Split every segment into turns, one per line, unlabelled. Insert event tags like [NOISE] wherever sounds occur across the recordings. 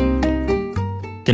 听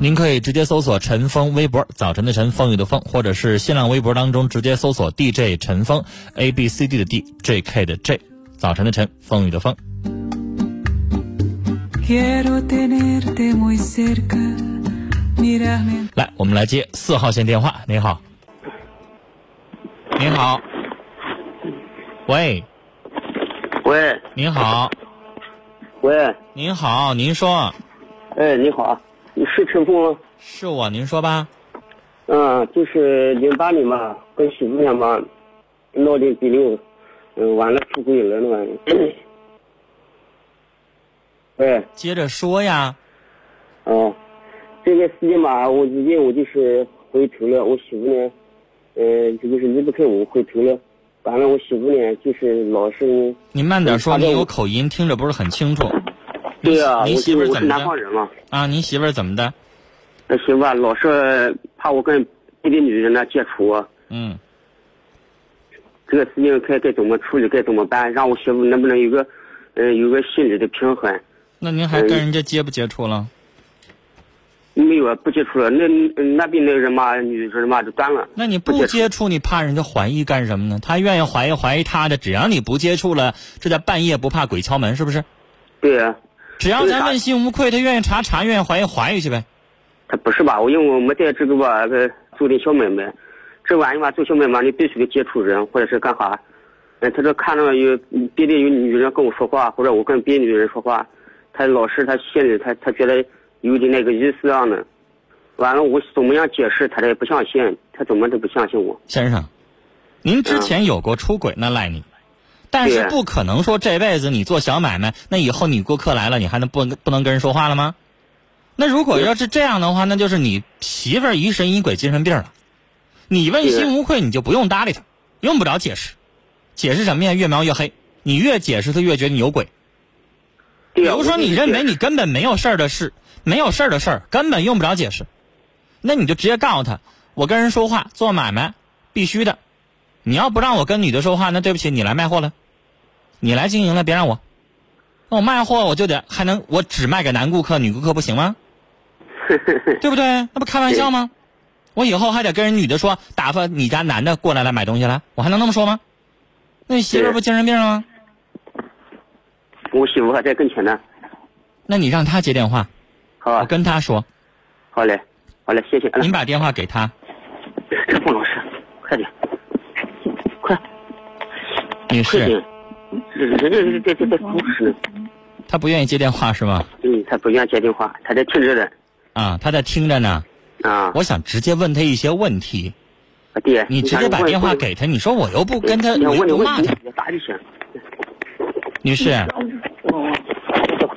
您可以直接搜索“陈峰”微博，早晨的晨，风雨的风，或者是新浪微博当中直接搜索 “DJ 陈峰 ”，A B C D 的 D，J K 的 J，早晨的晨，风雨的风。来，我们来接四号线电话。您好，您好，喂，
喂，
您好，
喂，
您好，您说，
哎，你好。你是陈峰吗？
是我，您说吧。
嗯，就是零八年嘛，跟媳妇俩嘛，闹点别扭，嗯，完了出轨了那玩意。哎，
接着说呀。
哦，这个事情嘛，我直接我就是回头了。我媳妇呢，嗯、呃，这就是离不开我回头了。完了，我媳妇呢，就是老是。
您慢点说，您有口音，听着不是很清楚。
对啊，
您媳妇怎么
南方人嘛。
啊，您媳妇怎么的？
那媳妇老是怕我跟别的女人呢接触。啊
嗯。
这个事情该该怎么处理，该怎么办？让我媳妇能不能有个，呃，有个心理的平衡？
那您还跟人家接不接触了？
嗯、没有，啊，不接触了。那那边那人嘛，女人嘛就断了。
那你不接触，你怕人家怀疑干什么呢？他愿意怀疑怀疑他的，只要你不接触了，这叫半夜不怕鬼敲门，是不是？
对啊。
只要咱问心无愧，他愿意查查，愿意怀疑怀疑去呗。
他不是吧？我因为我没在这个吧呃做点小买卖，这玩意嘛做小买卖你必须得接触人或者是干啥。嗯，他这看着有别的有女人跟我说话，或者我跟别的女人说话，他老是他心里他他觉得有点那个意思样的。完了我怎么样解释他也不相信，他怎么都不相信我。
先生，您之前有过出轨，嗯、那赖你。但是不可能说这辈子你做小买卖，那以后你顾客来了，你还能不不能跟人说话了吗？那如果要是这样的话，那就是你媳妇儿疑神疑鬼、精神病了。你问心无愧，你就不用搭理他，用不着解释。解释什么呀？越描越黑。你越解释，他越觉得你有鬼。比如说，啊你认为你根本没有事儿的事，没有事儿的事儿，根本用不着解释。那你就直接告诉他，我跟人说话做买卖必须的。你要不让我跟女的说话，那对不起，你来卖货了。你来经营了，别让我。那我卖货我就得还能，我只卖给男顾客，女顾客不行吗？对不对？那不开玩笑吗？我以后还得跟人女的说，打发你家男的过来来买东西来，我还能那么说吗？那你媳妇不精神病了吗？
我媳妇还在跟前呢。
那你让她接电话。
好、啊。
我跟她说。
好嘞，好嘞，谢谢。
您把电话给她。
孟老师，快点，快，
女士。
人人这这这不是，
他不愿意接电话是吗？
嗯，他不愿意接电话，他在听着呢。
啊，他在听着呢。
啊，
我想直接问他一些问题。
啊对，
你直接把电话给他，你说我又不跟他，
你看
我
问你
又不
哎问
骂
题
他，
咋就行？
女士，
哦，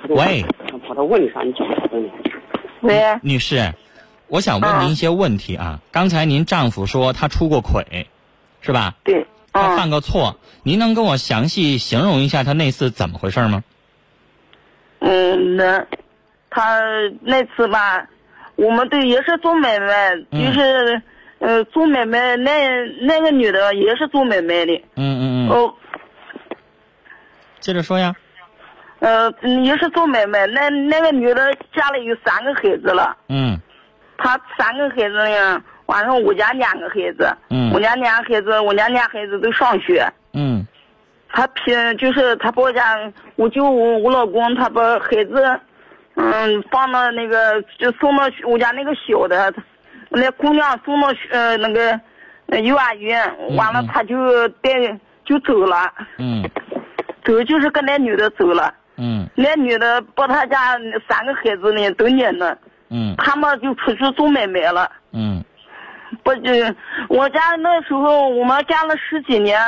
喂，
跑他问你啥？你讲啥呢？
喂，
女士，我想问您一些问题啊。刚才您丈夫说他出过轨，是吧？
对，
他
嗯
犯过错，您能跟我详细形容一下他那次怎么回事吗？
嗯，那他那次吧，我们对也是做买卖，
嗯
就是呃做买卖那那个女的也是做买卖的，
嗯嗯嗯，
哦
接着说呀。
呃嗯也是做买卖，那那个女的家里有三个孩子了，
嗯
她三个孩子呢，晚上我家两个孩子，
嗯
我家两个孩子，我家两个孩子都上学，
嗯
他偏就是他把我家，我就我我老公他把孩子，嗯，放到那个就送到我家那个小的，那姑娘送到呃那个呃幼儿园，完了
嗯嗯
他就带就走了，
嗯
走就是跟那女的走了，
嗯
那女的把他家三个孩子呢都撵了，
嗯
他们就出去做买卖了。
嗯
不，呃我家那时候我们干了十几年，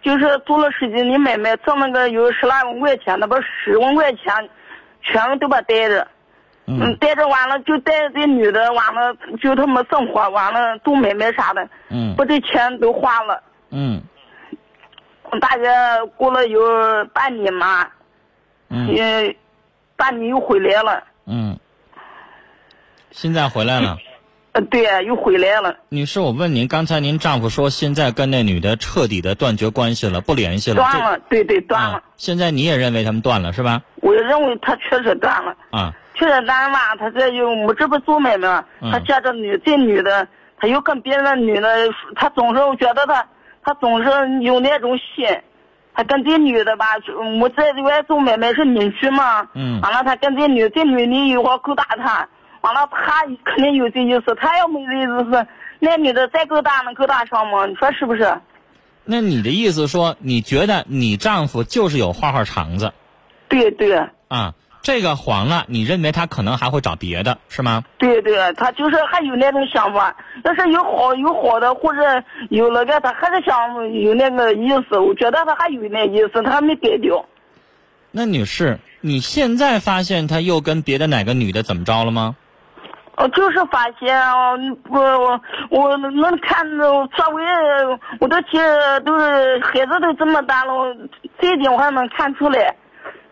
就是做了十几年买卖，挣了个有十来万块钱，那不十万块钱，全都把带着，嗯，
嗯
带着完了就带着这女的，完了就他们生活，完了做买卖啥的，
嗯
把这钱都花了，
嗯
大约过了有半年嘛，
嗯
嗯，半年又回来了，
嗯，现在回来了。
呃，对，又回来了，
女士，我问您，刚才您丈夫说现在跟那女的彻底的断绝关系了，不联系了，
断
这
了，对对断了
啊，。现在你也认为他们断了是吧？
我认为他确实断了。
啊，
去了单嘛，他这又我这不做买卖嘛，
嗯
他叫这女这女的，他又跟别的女的，他总是我觉得他，他总是有那种心，他跟这女的吧，就我在这外做买卖是邻居嘛，
嗯
完了他跟这女，这女的有话勾搭他，完了他肯定有这意思，他要没这意思，那女的再勾搭能勾搭上吗？你说是不是？
那你的意思说，你觉得你丈夫就是有画画肠子
对对
啊？这个黄了，你认为他可能还会找别的是吗？
对对，他就是还有那种想法，要是有好有好的，或者有那个，他还是想有那个意思。我觉得他还有那意思，他还没改掉。
那女士，你现在发现他又跟别的哪个女的怎么着了吗？
我哦就是发现啊，我我我能看着稍微，我都觉得都是孩子都这么大了，我这一点我还能看出来。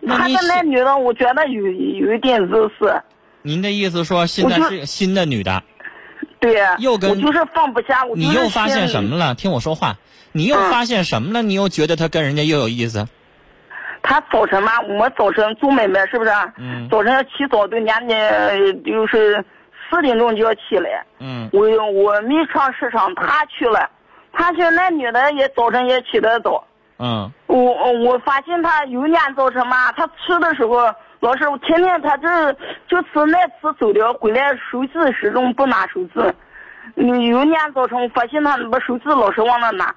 那
他
你
跟那
现
女的，我觉得有有一点意思，
您的意思说，现在
我就是
新的女的，
对，
又跟
我就是放不下，我就是
你又发现
心
什么了？听我说话，你又
嗯
发现什么了？你又觉得他跟人家又有意思？
他早晨嘛，我们早晨做买卖是不啊是？
嗯
早晨起早都两点，呃就是四点钟就要起来。
嗯
我我没上市场，他去了，他去那女的也早晨也起得早。
嗯
我我发现他有年早晨嘛，他吃的时候，老师我天天他这就吃那次走了，回来手机始终不拿手机。嗯有年早晨我发现他把手机老是往那拿，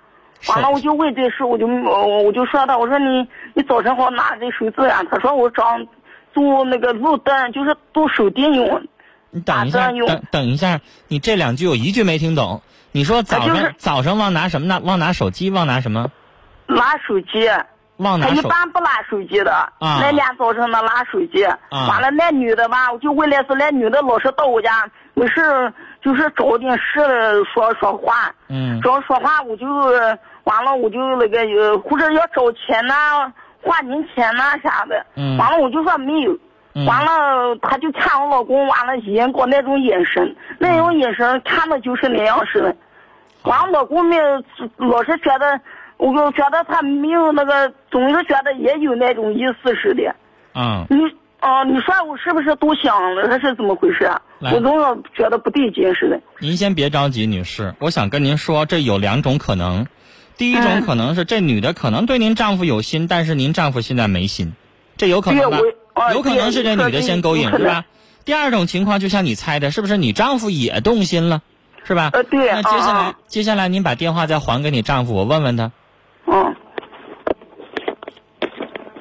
完了
是
我就为这事我就我我就说他我说你你早晨好拿这手机啊，他说我装做那个路灯就是做手电用，
你等一下，
打算用
等等一下，你这两句我一句没听懂。你说早上、
啊就是
早上忘拿什么拿？忘拿手机？忘拿什么？
拿手机。
忘
他
拿
哎一
手
般不拿手机的，
啊
那俩早晨他拿手机，完了那女的吧，我就为了是那女的老是到我家，没事儿就是找点事儿说说话，
嗯
只要说话我就完了我就那个呃或者要找钱呐、换零钱呐、啥的，
嗯
完了我就说没有。
嗯
完了，他就看我老公，完了眼光那种眼神，那种眼神看的就是那样式
嗯
的。完了，老公面老是觉得，我就觉得他没有那个，总是觉得也有那种意思似的。
嗯，
你啊、你说我是不是都想了？这是怎么回事啊？
来
我总有觉得不对劲似的。
您先别着急，女士，我想跟您说，这有两种可能。第一种
嗯
可能是、这女的可能对您丈夫有心，但是您丈夫现在没心，这有可能吧
对？我啊
有可能是这女的先勾引，
对
是吧？第二种情况就像你猜的，是不是你丈夫也动心了，是吧？
呃，对，
那接下来、
啊
接下来您把电话再还给你丈夫，我问问他。
嗯，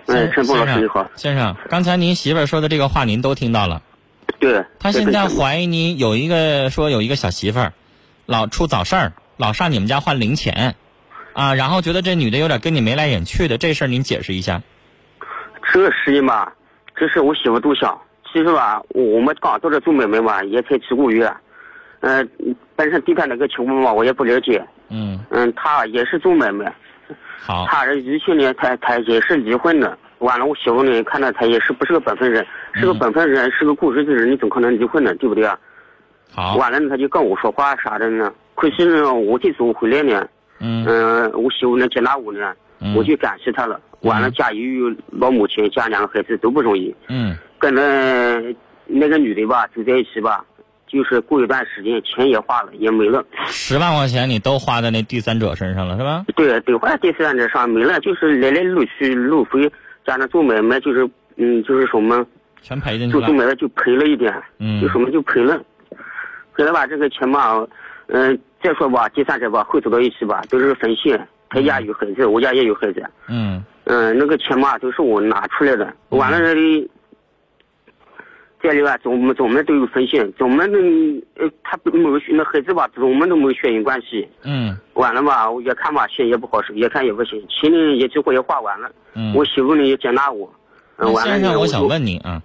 哎，
先
陈峰老师
先
你
生
好，
先生，刚才您媳妇儿说的这个话您都听到了。
对，
她
对
现
对
在
对
怀疑您有一个说有一个小媳妇儿，老出早事儿，老上你们家换零钱，啊，然后觉得这女的有点跟你眉来眼去的，这事儿您解释一下。
这个事情吧，这是我媳妇都想。其实吧，我我们刚到这做买卖吧，也才几个月，嗯、本身对她那个情况吧，我也不了解。
嗯，
嗯，她也是做买
啊
卖，
好，
她这一去呢，她她也是离婚的。完了，我媳妇呢，看到她也是不是个本分人，是个
嗯
本分人，是个固执的人，你怎么可能离婚呢？对不对啊？
好，
完了呢，她就跟我说话啥的呢。可是呢，我这次我回来呢，
嗯
嗯、我媳妇呢接纳我呢，
嗯，
我就感谢她了。完了，
嗯
家里有老母亲，家两个孩子都不容易。
嗯
跟那那个女的吧住在一起吧，就是过一段时间钱也花了，也没了。
十万块钱你都花在那第三者身上了是吧？
对，兑换第三者上没了，就是来来路去路费，加上做买卖就是嗯，就是什么
全赔进去
做
了
做。买卖就赔了一点，
嗯
就什么就赔了，赔了吧这个钱吧，嗯、再说吧第三者吧会走到一起吧都是分析，他家有孩子，我家也有孩子，
嗯
嗯，那个钱嘛都是我拿出来的，完了这里，这里吧，总们总们都有分线，总们那呃，他没有那孩子吧，总们都没有血缘关系，
嗯
完了吧，我也看吧，血也不好受，也看也不行，钱呢也几乎也花完了，
嗯。
我媳妇呢也接纳我，嗯、
那
完了
先
呢
生，我想
就，
问你啊，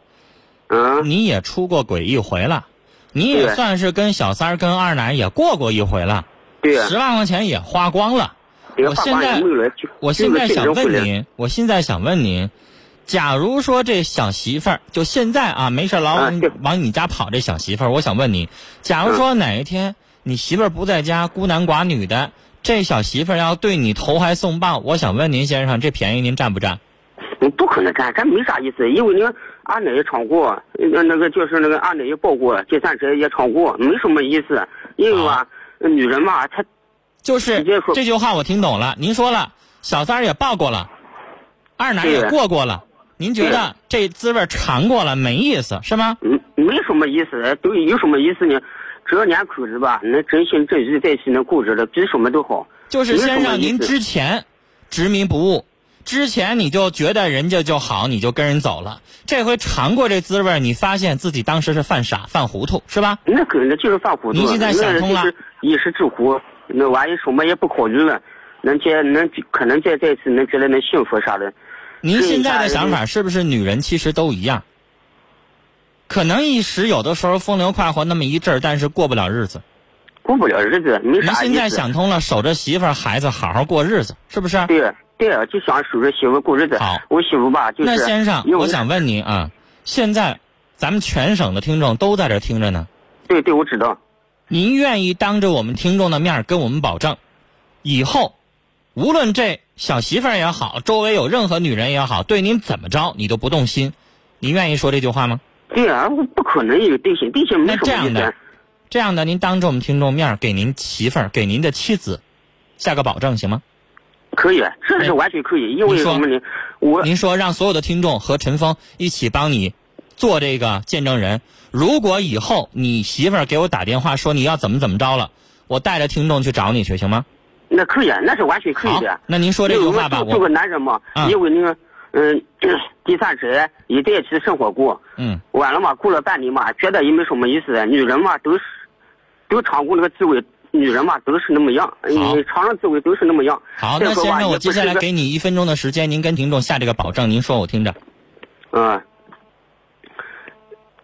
嗯，
你也出过轨一回了，你也
对
算是跟小三儿、跟二奶也过过一回了，
对啊呀，
十万块钱也花光了。
也
我
花
现
光
在
也没有了，就
我现在想问
你，
您，我现在想问您，假如说这小媳妇儿，就现在啊，没事儿老
啊嗯
往
对
往你家跑这小媳妇儿，我想问你，假如说哪一天你媳妇儿不在家，孤男寡女的，这小媳妇儿要对你投怀送抱，我想问您先生，这便宜您占不占？
嗯不可能干，咱没啥意思，因为那个二奶也闯过，那那个就是那个二奶也报过，第三者也闯过，没什么意思。因为
啊
吧，嗯女人嘛，她
就是
直接说
这句话我听懂了，您说了，小三儿也抱过了，二奶也
对
过过了，您觉得这滋味儿尝过了没意思是吗？
嗯没什么意思，都有什么意思呢？只要两口子吧，能真心真意在一起，能固执的，比什么都好。
就是先
没什么
生，
意思
您之前执迷不悟，之前你就觉得人家就好，你就跟人走了。这回尝过这滋味儿，你发现自己当时是犯傻、犯糊涂，是吧？
那可能就是犯糊涂，
您现在想通了
那就是一时之糊，那玩意什么也不考虑了，能结能可能在在一起能觉得能幸福啥的。
您现在的
是
想法是不是女人其实都一样？可能一时有的时候风流快活那么一阵儿，但是过不了日子。
过不了日子，没
您
啥意思。
现在想通了，守着媳妇儿、孩子，好好过日子，是不是？
对对，啊就想守着媳妇过日子。
好
我媳妇吧，就是
那先生，
因为
我想问您啊，现在咱们全省的听众都在这儿听着呢。
对对，我知道，
您愿意当着我们听众的面儿跟我们保证，以后无论这小媳妇儿也好，周围有任何女人也好，对您怎么着你都不动心，您愿意说这句话吗？
对啊，我不可能有对象，对象没
那
什
这
么
样
意思
的。，这样的，您当着我们听众面儿给您媳妇儿、给您的妻子下个保证行吗？
可以，这是完全可以，因为
您哎说
什么呢？我
您说让所有的听众和陈峰一起帮你做这个见证人。如果以后你媳妇儿给我打电话说你要怎么怎么着了，我带着听众去找你去行吗？
那可以，啊那是完全可以
好
的，。
那您说这
因
句
为
话吧，
做
我
做个男人嘛，
嗯
因为那个嗯，第三者也在一起生活过，
嗯
完了嘛，过了半年嘛，觉得也没什么意思。女人嘛，都是都尝过那个滋味，女人嘛都是那么样，嗯尝了滋味都是那么样。
好，
这 [LAUGHS]
那
个
先
吧
生，我
也不
接下
是
来
个
给你一分钟的时间，您跟听众下这个保证，您说我听着。
嗯，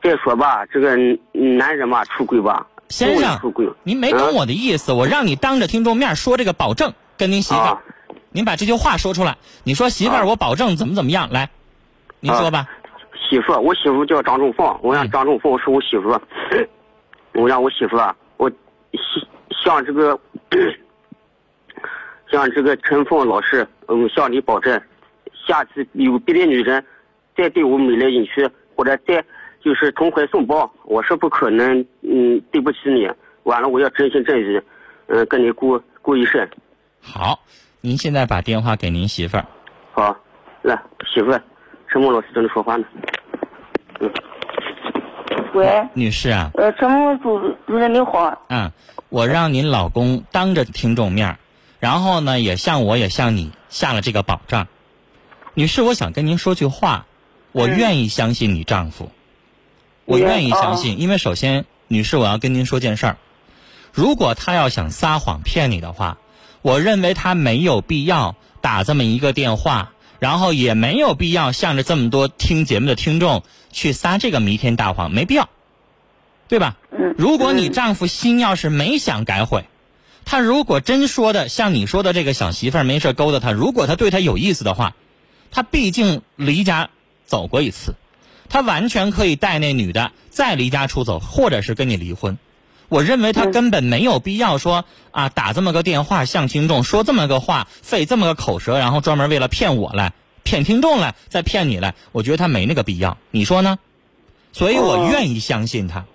再说吧，这个嗯男人嘛，出轨吧，
先
容易出
生
轨，，
您没懂我的意思，我让你当着听众面说这个保证，跟您媳妇儿
啊，
您把这句话说出来。你说媳妇
啊
儿，我保证怎么怎么样，来，您
啊
说吧。
媳妇，我媳妇叫张仲凤，我
嗯
让张仲凤是我媳妇，我让我媳妇啊，我希向这个向这个陈凤老师，嗯，向你保证，下次有别的女人再对我眉来眼去，或者再就是投怀送抱，我是不可能，嗯，对不起你。完了，我要真心真意，嗯，跟你过过一生。
好，您现在把电话给您媳妇儿。
好，来，媳妇，陈梦老师正在说话呢。
喂，
女士啊，
呃，陈梦主主任你好，
嗯，我让您老公当着听众面儿，然后呢，也像我也像你下了这个保障。女士，我想跟您说句话，我
嗯
愿意相信你丈夫，我
你愿
愿意
哦
相信，因为首先，女士，我要跟您说件事儿。如果他要想撒谎骗你的话，我认为他没有必要打这么一个电话，然后也没有必要向着这么多听节目的听众去撒这个弥天大谎，没必要，对吧？
嗯，
如果你丈夫心要是没想改悔，他如果真说的像你说的这个小媳妇儿没事勾搭他，如果他对他有意思的话，他毕竟离家走过一次，他完全可以带那女的再离家出走，或者是跟你离婚。我认为他
嗯
根本没有必要说啊打这么个电话向听众说这么个话，费这么个口舌，然后专门为了骗我来骗听众来再骗你来，我觉得他没那个必要，你说呢？所以我
哦
愿意相信他，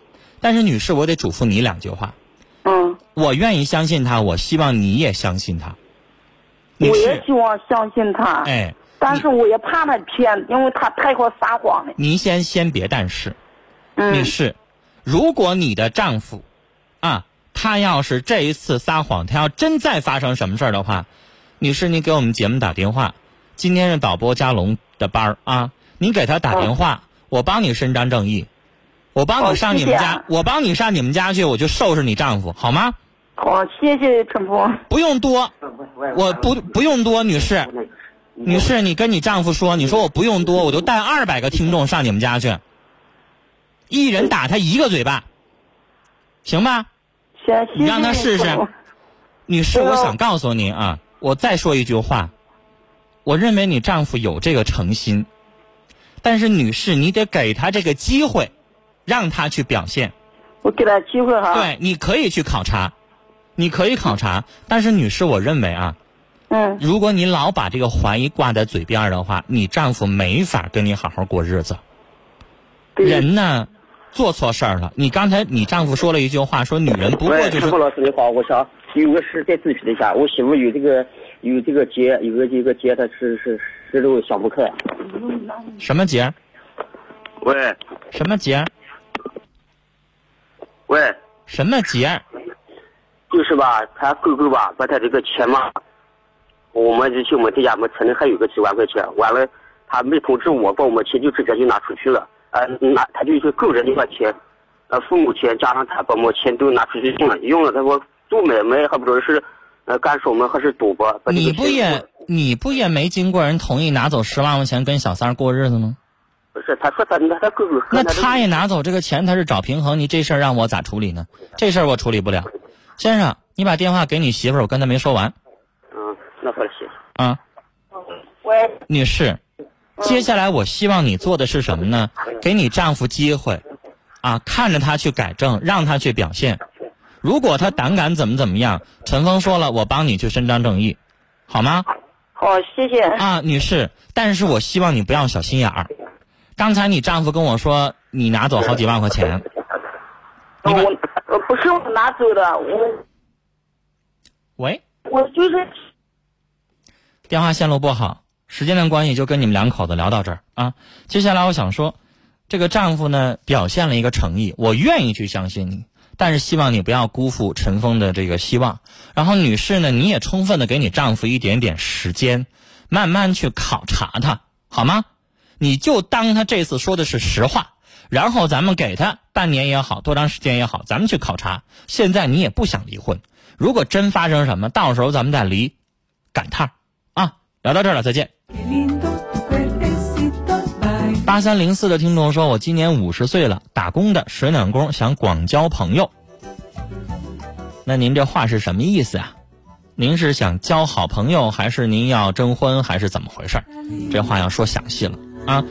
但是女士，我得嘱咐你两句话。
嗯，
我愿意相信他，我希望你也相信他。女
我也
士，
希望相信他，
哎，
但是我也怕他骗，因为他太过撒谎了。
您先先别但是，
嗯
女士，如果你的丈夫，啊，他要是这一次撒谎，他要真再发生什么事儿的话，女士，你给我们节目打电话，今天是导播加龙的班儿啊，你给他打电
哦
话，我帮你伸张正义，我帮
好
你上你
谢
们
谢
家，
啊
我帮你上你们家去，我就收拾你丈夫，好吗？
好，哦谢谢陈峰。
不用多，我不不用多，女士。女士，你跟你丈夫说，你说我不用多，我就带二百个听众上你们家去，一人打他一个嘴巴，行吧？
行，谢谢
你让他试试
陈峰
女士，
哎呦
我想告诉您啊，我再说一句话，我认为你丈夫有这个诚心，但是女士，你得给他这个机会，让他去表现。
我给他机会哈。，
对，你可以去考察，你可以考察，但是女士，我认为啊，
嗯，
如果你老把这个怀疑挂在嘴边儿的话，你丈夫没法跟你好好过日子。[LAUGHS]
对，
人呢，做错事儿了。你刚才你丈夫说了一句话，说女人不过
喂，
就
陈
是
峰老师你好，我想有个事再咨询一下，我媳妇有这个有这个结，有个有个结，她是是是都想不开。
什么节儿，
喂
什么节儿，
喂，
什么节儿。
就是吧，她哥哥吧，把她这个钱嘛，我们就去我们这家嘛，城里还有个几万块钱，完了她没通知我，把我们钱就直接就拿出去了，呃，拿她就去够人家的钱，呃，父母钱加上她把我们钱都拿出去用了，用了她说做买卖，还不知道是呃干什么还是赌博，把这个
你不
钱
也你不也没经过人同意拿走十万块钱跟小三儿过日子吗？
不是，他说他那他哥哥和
那
他这个
他也拿走这个钱，他是找平衡，你这事儿让我咋处理呢？这事儿我处理不了。先生，你把电话给你媳妇儿，我跟她没说完
嗯，那可行。
啊。
喂，
女士，接下来我希望你做的是什么呢？给你丈夫机会，啊，看着他去改正，让他去表现。如果他胆敢怎么怎么样，陈峰说了，我帮你去伸张正义，好吗？
好，谢谢。
啊，女士，但是我希望你不要小心眼儿。刚才你丈夫跟我说，你拿走好几万块钱，你把
我呃不是我拿走的，我
喂，
我就是
电话线路不好，时间的关系就跟你们两口子聊到这儿啊。接下来我想说，这个丈夫呢表现了一个诚意，我愿意去相信你，但是希望你不要辜负陈峰的这个希望。然后女士呢，你也充分的给你丈夫一点点时间，慢慢去考察他，好吗？你就当他这次说的是实话，然后咱们给他半年也好，多长时间也好，咱们去考察。现在你也不想离婚，如果真发生什么，到时候咱们再离，赶趟儿啊！聊到这儿了，再见。
Qué lindo tu cuerpecito, baila.
八三零四的听众说：“我今年五十岁了，打工的水暖工，想广交朋友。”那您这话是什么意思啊？您是想交好朋友，还是您要征婚，还是怎么回事儿？这话要说详细了啊。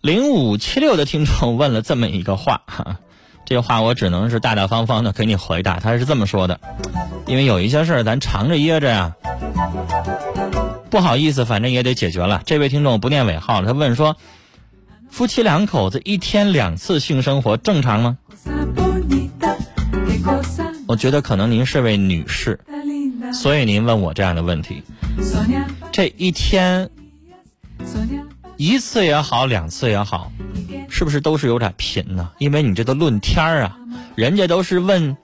零五七六的听众问了这么一个话，哈，这话我只能是大大方方的给你回答。他是这么说的，因为有一些事儿咱藏着掖着呀、不好意思，反正也得解决了。这位听众不念尾号了，他问说：“夫妻两口子一天两次性生活正常吗
Cosa bonita, qué cosa？”
我觉得可能您是位女士，
linda.
所以您问我这样的问题。
Soñar,
这一天
soñar
一次也好，两次也好，
y que
是不是都是有点贫呢？因为你这都论天儿啊，人家都是问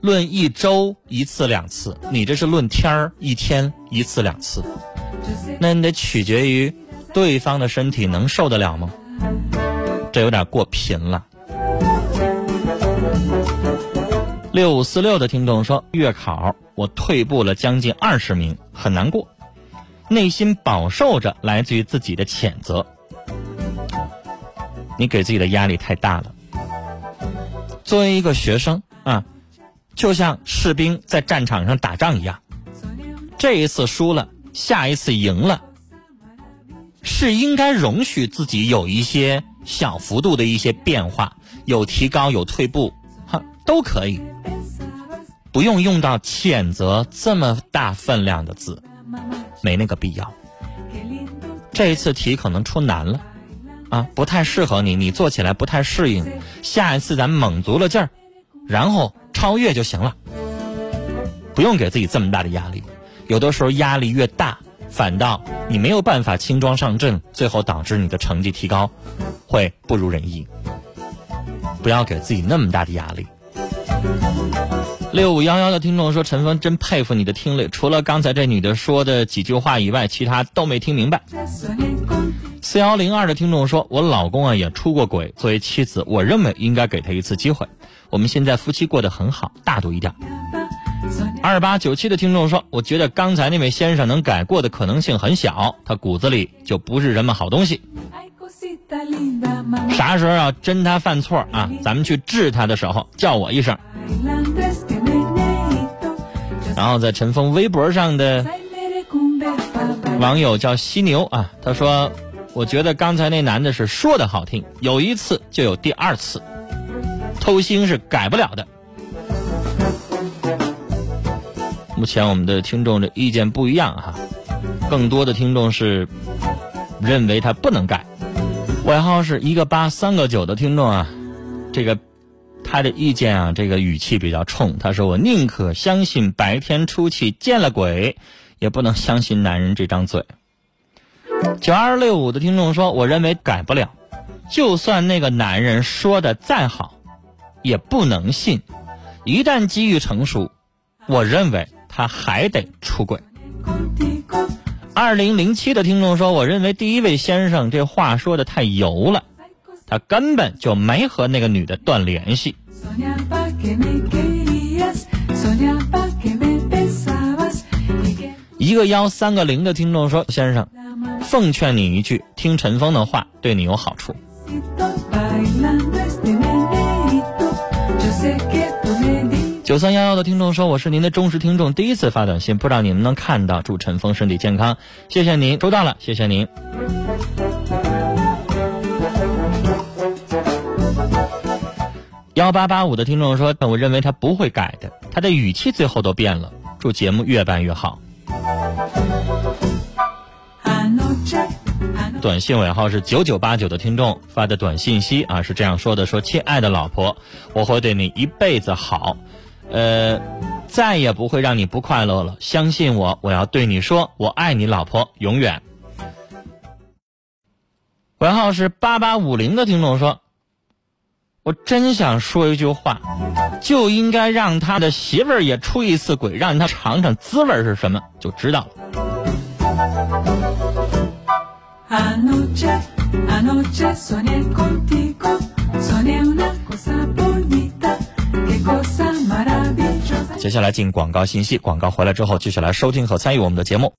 论一周一次两次，你这是论天儿，一天一次两次，
yo sé
那你得取决于对方的身体能受得了吗？这有点过贫了。六五四六的听众说，月考我退步了将近二十名，很难过，内心饱受着来自于自己的谴责。你给自己的压力太大了。作为一个学生啊，就像士兵在战场上打仗一样，这一次输了，下一次赢了，是应该容许自己有一些小幅度的一些变化，有提高有退步，哈，都可以，不用用到谴责这么大分量的字，没那个必要。这一次题可能出难了，啊，不太适合你，你做起来不太适应，下一次咱猛足了劲儿，然后超越就行了，不用给自己这么大的压力。有的时候压力越大，反倒你没有办法轻装上阵，最后导致你的成绩提高会不如人意。不要给自己那么大的压力。六五幺幺的听众说：“陈峰，真佩服你的听力，除了刚才这女的说的几句话以外，其他都没听明白。”四幺零二的听众说：“我老公啊也出过轨，作为妻子，我认为应该给他一次机会。我们现在夫妻过得很好，大度一点。”二八九七的听众说：“我觉得刚才那位先生能改过的可能性很小，他骨子里就不是什么好东西。啥时候要、真他犯错啊，咱们去治他的时候叫我一声。”然后在陈峰微博上的网友叫犀牛啊，他说：“我觉得刚才那男的是说的好听，有一次就有第二次，偷腥是改不了的。”目前我们的听众的意见不一样哈、更多的听众是认为他不能改。尾号是一个八三个九的听众啊，这个他的意见啊，这个语气比较冲。他说：“我宁可相信白天出去见了鬼，也不能相信男人这张嘴。”九二六五的听众说：“我认为改不了，就算那个男人说的再好，也不能信。一旦机遇成熟，我认为他还得出轨。”二零零七的听众说：“我认为第一位先生这话说的太油了，他根本就没和那个女的断联系。”
Soñaba que me querías, soñaba que me besabas y que
一个幺三个零的听众说：“先生，奉劝你一句，听陈峰的话对你有好处。
besito bailando este meneíto. Yo sé que tú me di ”
九三幺幺的听众说：“我是您的忠实听众，第一次发短信，不知道你能不能看到。祝陈峰身体健康，谢谢您，收到了，谢谢您。”幺八八五的听众说：“我认为他不会改的，他的语气最后都变了。祝节目越办越好。”
anoche, anoche.
短信尾号是九九八九的听众发的短信息啊，是这样说的：说亲爱的老婆，我会对你一辈子好，呃，再也不会让你不快乐了。相信我，我要对你说，我爱你，老婆，永远。尾号是八八五零的听众说，我真想说一句话，就应该让他的媳妇儿也出一次轨，让他尝尝滋味儿是什么，就知道了。
Anoche, anoche soñé contigo, soñé una cosa bonita, qué cosa maravillosa.
接下来进广告信息，广告回来之后继续来收听和参与我们的节目。